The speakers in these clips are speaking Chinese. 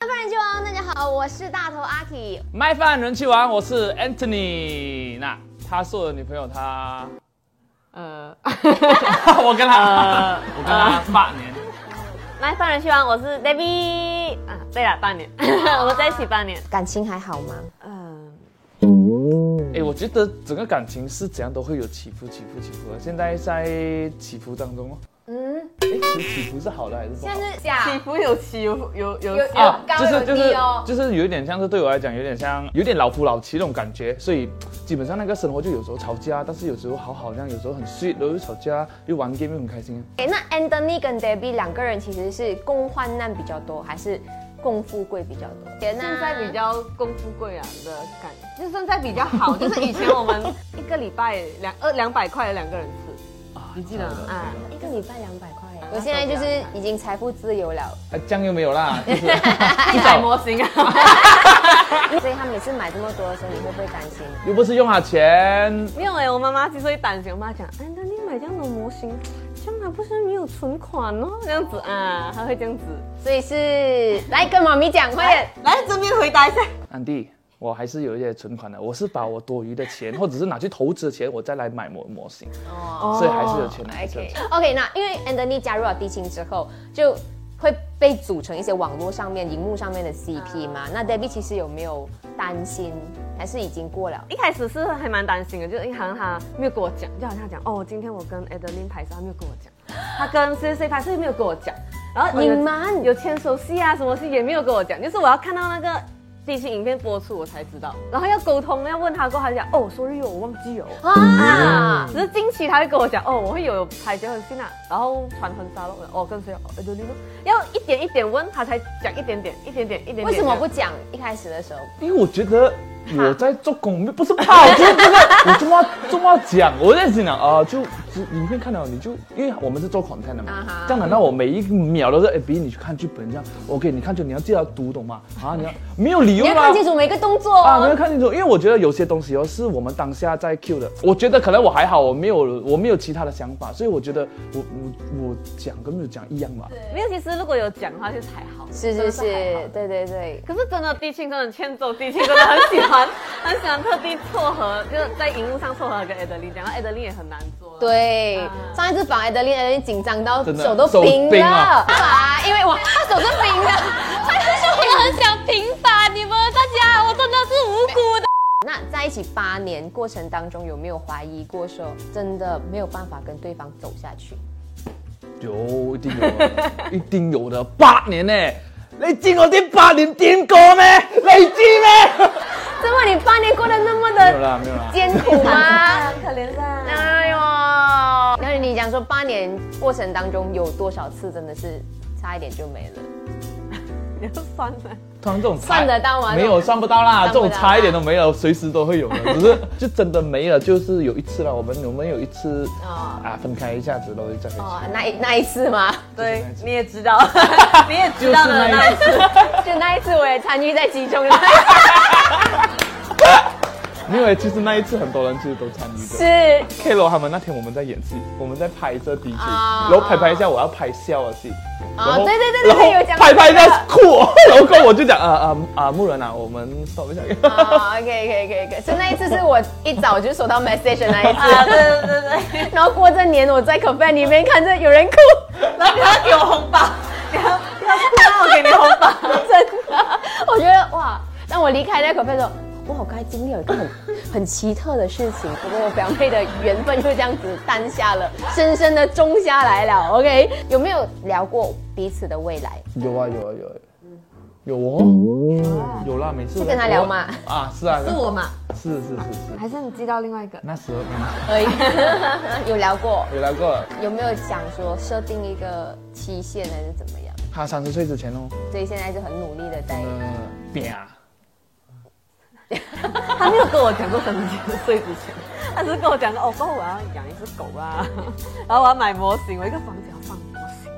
啊呃，我是大头阿 K，麦饭人气王，我是 Anthony。那他是我的女朋友，他 呃，我呃跟他，我跟他八年。麦饭呃人气王，我是 Debbie 啊，对了，半年， 我们在一起半年，感情还好吗？嗯、哎，我觉得整个感情是怎样都会有起伏、起伏、起伏的。现在在起伏当中哦。嗯，哎，其实起伏是好的还是不现好？在是假起伏有起有有有有起有高就是有就低是哦。就是有一点像是对我来讲，有点像有点老夫老妻那种感觉，所以基本上那个生活就有时候吵架，但是有时候好好像有时候很 sweet，然后又吵架又玩 game 又很开心。哎，那 Anthony 跟 Debbie 两个人其实是共患难比较多，还是共富贵比较多？现现在比较功夫贵啊的感觉，就现在比较 好，就是以前我们一个礼拜两二两百块两个人吃，你记得吗啊？一个礼拜两百块，我现在就是已经财富自由了，啊，酱又没有啦， 就是一至百少模型 啊，嗯所以他每次买这么多的时候，你会不会担心？又不是用他钱，没有哎、我妈妈之所以担心，我妈讲，哎，那你买这样的模型，将来不是没有存款哦，这样子啊，她会这样子。所以是来跟妈咪讲，快点。来正面回答一下。安迪，我还是有一些存款的，我是把我多余的钱或者是拿去投资的钱，我再来买模模型，哦所以还是有钱的，还是有 OK 钱。 OK，那因为 Anthony 加入了地青之后，就会被组成一些网络上面、荧幕上面的 CP 嘛。那 Debbie 其实有没有担心，还是已经过了？一开始是还蛮担心的，就是因为好像他没有跟我讲，就好像他讲哦，今天我跟 Adeline 拍摄，他没有跟我讲，他跟 C C 拍摄也没有跟我讲，然后隐有瞒有牵手戏啊什么戏也没有跟我讲，就是我要看到那个地心影片播出我才知道，然后要沟通要问他过后，他就讲哦，sorry 哦我忘记有。啊，嗯只是近期他会跟我讲，哦，我会有拍结婚信啊，然后穿婚纱咯，哦，跟谁？哦 Adeline 咯要一点一点问，他才讲一点点，一点点，一点点。为什么不讲？一开始的时候，因为我觉得我在做工，不是怕，我就是这个，我这么这么讲，我在心想啊，就就影片看了你就，因为我们是做 content 的嘛啊哈这样难道我每一秒都是哎，逼你去看剧本这样？OK，你看剧你要记得要读懂嘛，啊，你要没有理由你要啦看。清楚每个动作啊，没有哦。看清楚，因为我觉得有些东西哦，是我们当下在 Q 的。我觉得可能我还好，我没有我没有其他的想法，所以我觉得我我我讲跟没有讲一样吧。没有，其实如果有讲的话就是还好。是真是的是还好，对对对。可是真的地庆真的欠揍，地庆真的很喜欢， 很喜欢特地撮合，就是在荧幕上撮合跟 Adeline 讲，然后 Adeline 也很难做。，对啊，上一次绑 Adeline Adeline 紧张到真的手都手冰冰了啊，干嘛？因为我 他手是冰 的，他就是冰我很想平反你们大家，我真的是无辜的。那在一起八年过程当中，有没有怀疑过说真的没有办法跟对方走下去？ 有，一定有的，一定有的，八年呢、你知我啲八年點過咩？你知 咩？怎么你八年过得那么没有的啦，没有啦。艰苦吗？可怜啊的。哎呦，那你讲说八年过程当中有多少次真的是差一点就没了？哎也就算了，通常这种才算得到吗没有，算不到啦。算这不到种差一点都没有，随时都会有的，只是 就真的没了。就是有一次啦，我们我们有一次哦啊分开一下子，然后再回去。哦，那一那一次 吗？对，你也知道， 你也知道的就是那那一一次。就那一次我也参与在其中 了。因为其实那一次很多人其实都参与的。是 K 罗他们那天我们在演戏，我们在拍摄 DJ，、啊然后拍拍一下我要拍笑的戏，然后、对对对对然有后讲过拍拍一下哭， 然后过后我就讲啊啊啊木人啊，我们 stop 一下。啊，OK OK OK OK，所以那一次是我一早就收到 message 的那 一啊，次，对对对对，然后过阵年我在 cafe 里面看着有人哭，然后你要给我红包，你要你要哭，那我给你红包。真的，我觉得哇，当我离开那口饭的时候，哇，我刚才经历了一个很很奇特的事情，我跟我表妹的缘分就这样子淡下了，深深的种下来了。OK，有没有聊过彼此的未来？ 有啊有啊有啊，有哦，有啦，每次我是跟他聊吗啊，是啊，是我嘛？是是是是，还是你知道另外一个？那时候嗯 可以，有聊过，有来过，有没有想说设定一个期限还是怎么样？他三十岁之前哦，啊所以现在就很努力的在嗯，啪，他没有跟我讲过三十几岁之前，他只是跟我讲说，哦，不过我要养一只狗啊， 然后我要买模型，我一个房子要放模 型，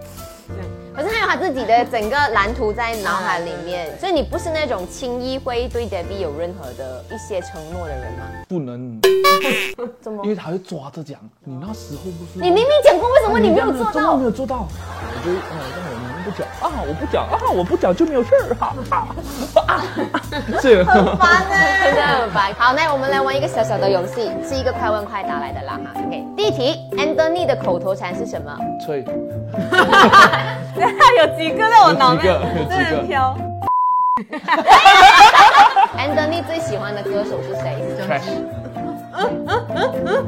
这样。可是他有他自己的整个蓝图在脑海里面，所以你不是那种轻易会对 Debbie 有任何的一些承诺的人吗？不能， 怎么因？为他会抓着讲，你那时候不是你明明讲过，为什么你没有做 真的到没？有做到，我就嗯，但我不讲啊，我不讲啊，我不讲就没有事儿哈哈啊， 是， 烦啊，真的很烦。好，那我们来玩一个小小的游戏，是一个快问快答来的啦哈。OK，第一题，Anthony 的口头禅是什么？吹，有几个在我脑有几面个有几，个真的很挑。 Anthony 最喜欢的歌手是谁？ trash，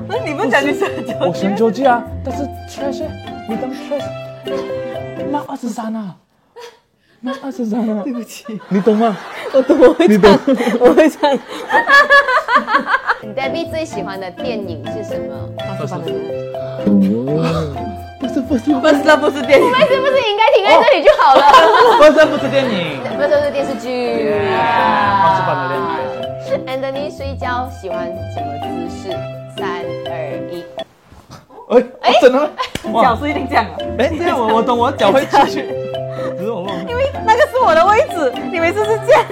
那你们讲你是很我喜欢周记啊，但是 trash，你当 trash，那二十三啊，那二十三啊，对不起，你懂吗？我懂，我会你懂。我会唱。 Debbie 最喜欢的电影是什么？不是不是不是，那不是电影。是不是应该停在这里就好了？不是不是电影，那都是电视剧。二十版的恋爱。 Anthony 睡觉喜欢什么姿势？三二一，哎，我整了，脚哇，是一定这样啊的，哎，这样我我懂，我脚会出去，只是我忘了。 因为那个是我的位置，你每次是这样。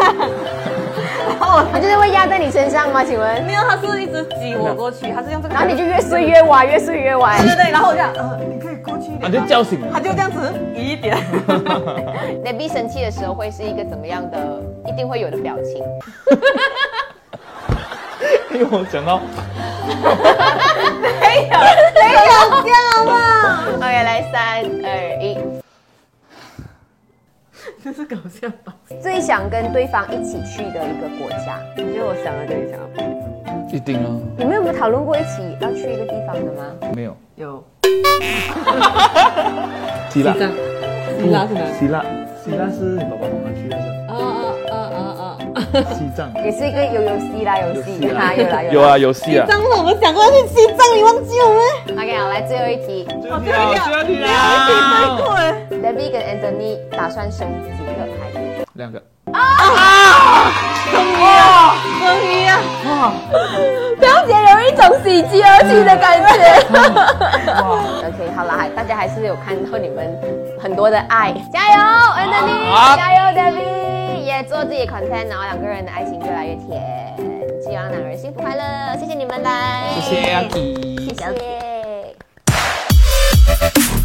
然后我他就是会压在你身上吗？请问？没有，他是一直挤我过去，他是用这个。然后你就越睡越歪，越睡越歪对。对对，然后我这样，呃，你可以过去一啊，点就吗。叫醒了他。就这样子移一点。 Debbie 生气的时候会是一个怎么样的？一定会有的表情。 因为我想到没有，没有这啊样吧？OK，来 三二一。这是搞笑吧？最想跟对方一起去的一个国家，你觉得我想了跟你想的一定啊，你们有没有讨论过一起要去一个地方的吗？没有有希腊，希腊是哪里？希腊，希腊是你爸爸妈妈去的，啊啊啊啊啊！西藏。也是一个有游戏啦，游戏哈，有啦有啦。有啊，有戏啊。刚刚我们讲过要去西藏，你忘记我们？ OK，好，来最后一题最后一条，最后一啊哦条，对， ，Debbie 跟 Anthony 打算生几个孩子？两个。终于啊！表姐有一种喜极而泣的感 觉。OK，好啦，还大家还是有看到你们很多的爱，加油，Anthony，好加油，Debbie，也做自己的 content，然后两个人的爱情越来越甜，希望两人幸福快乐，谢谢你们来，谢谢阿 K。谢谢。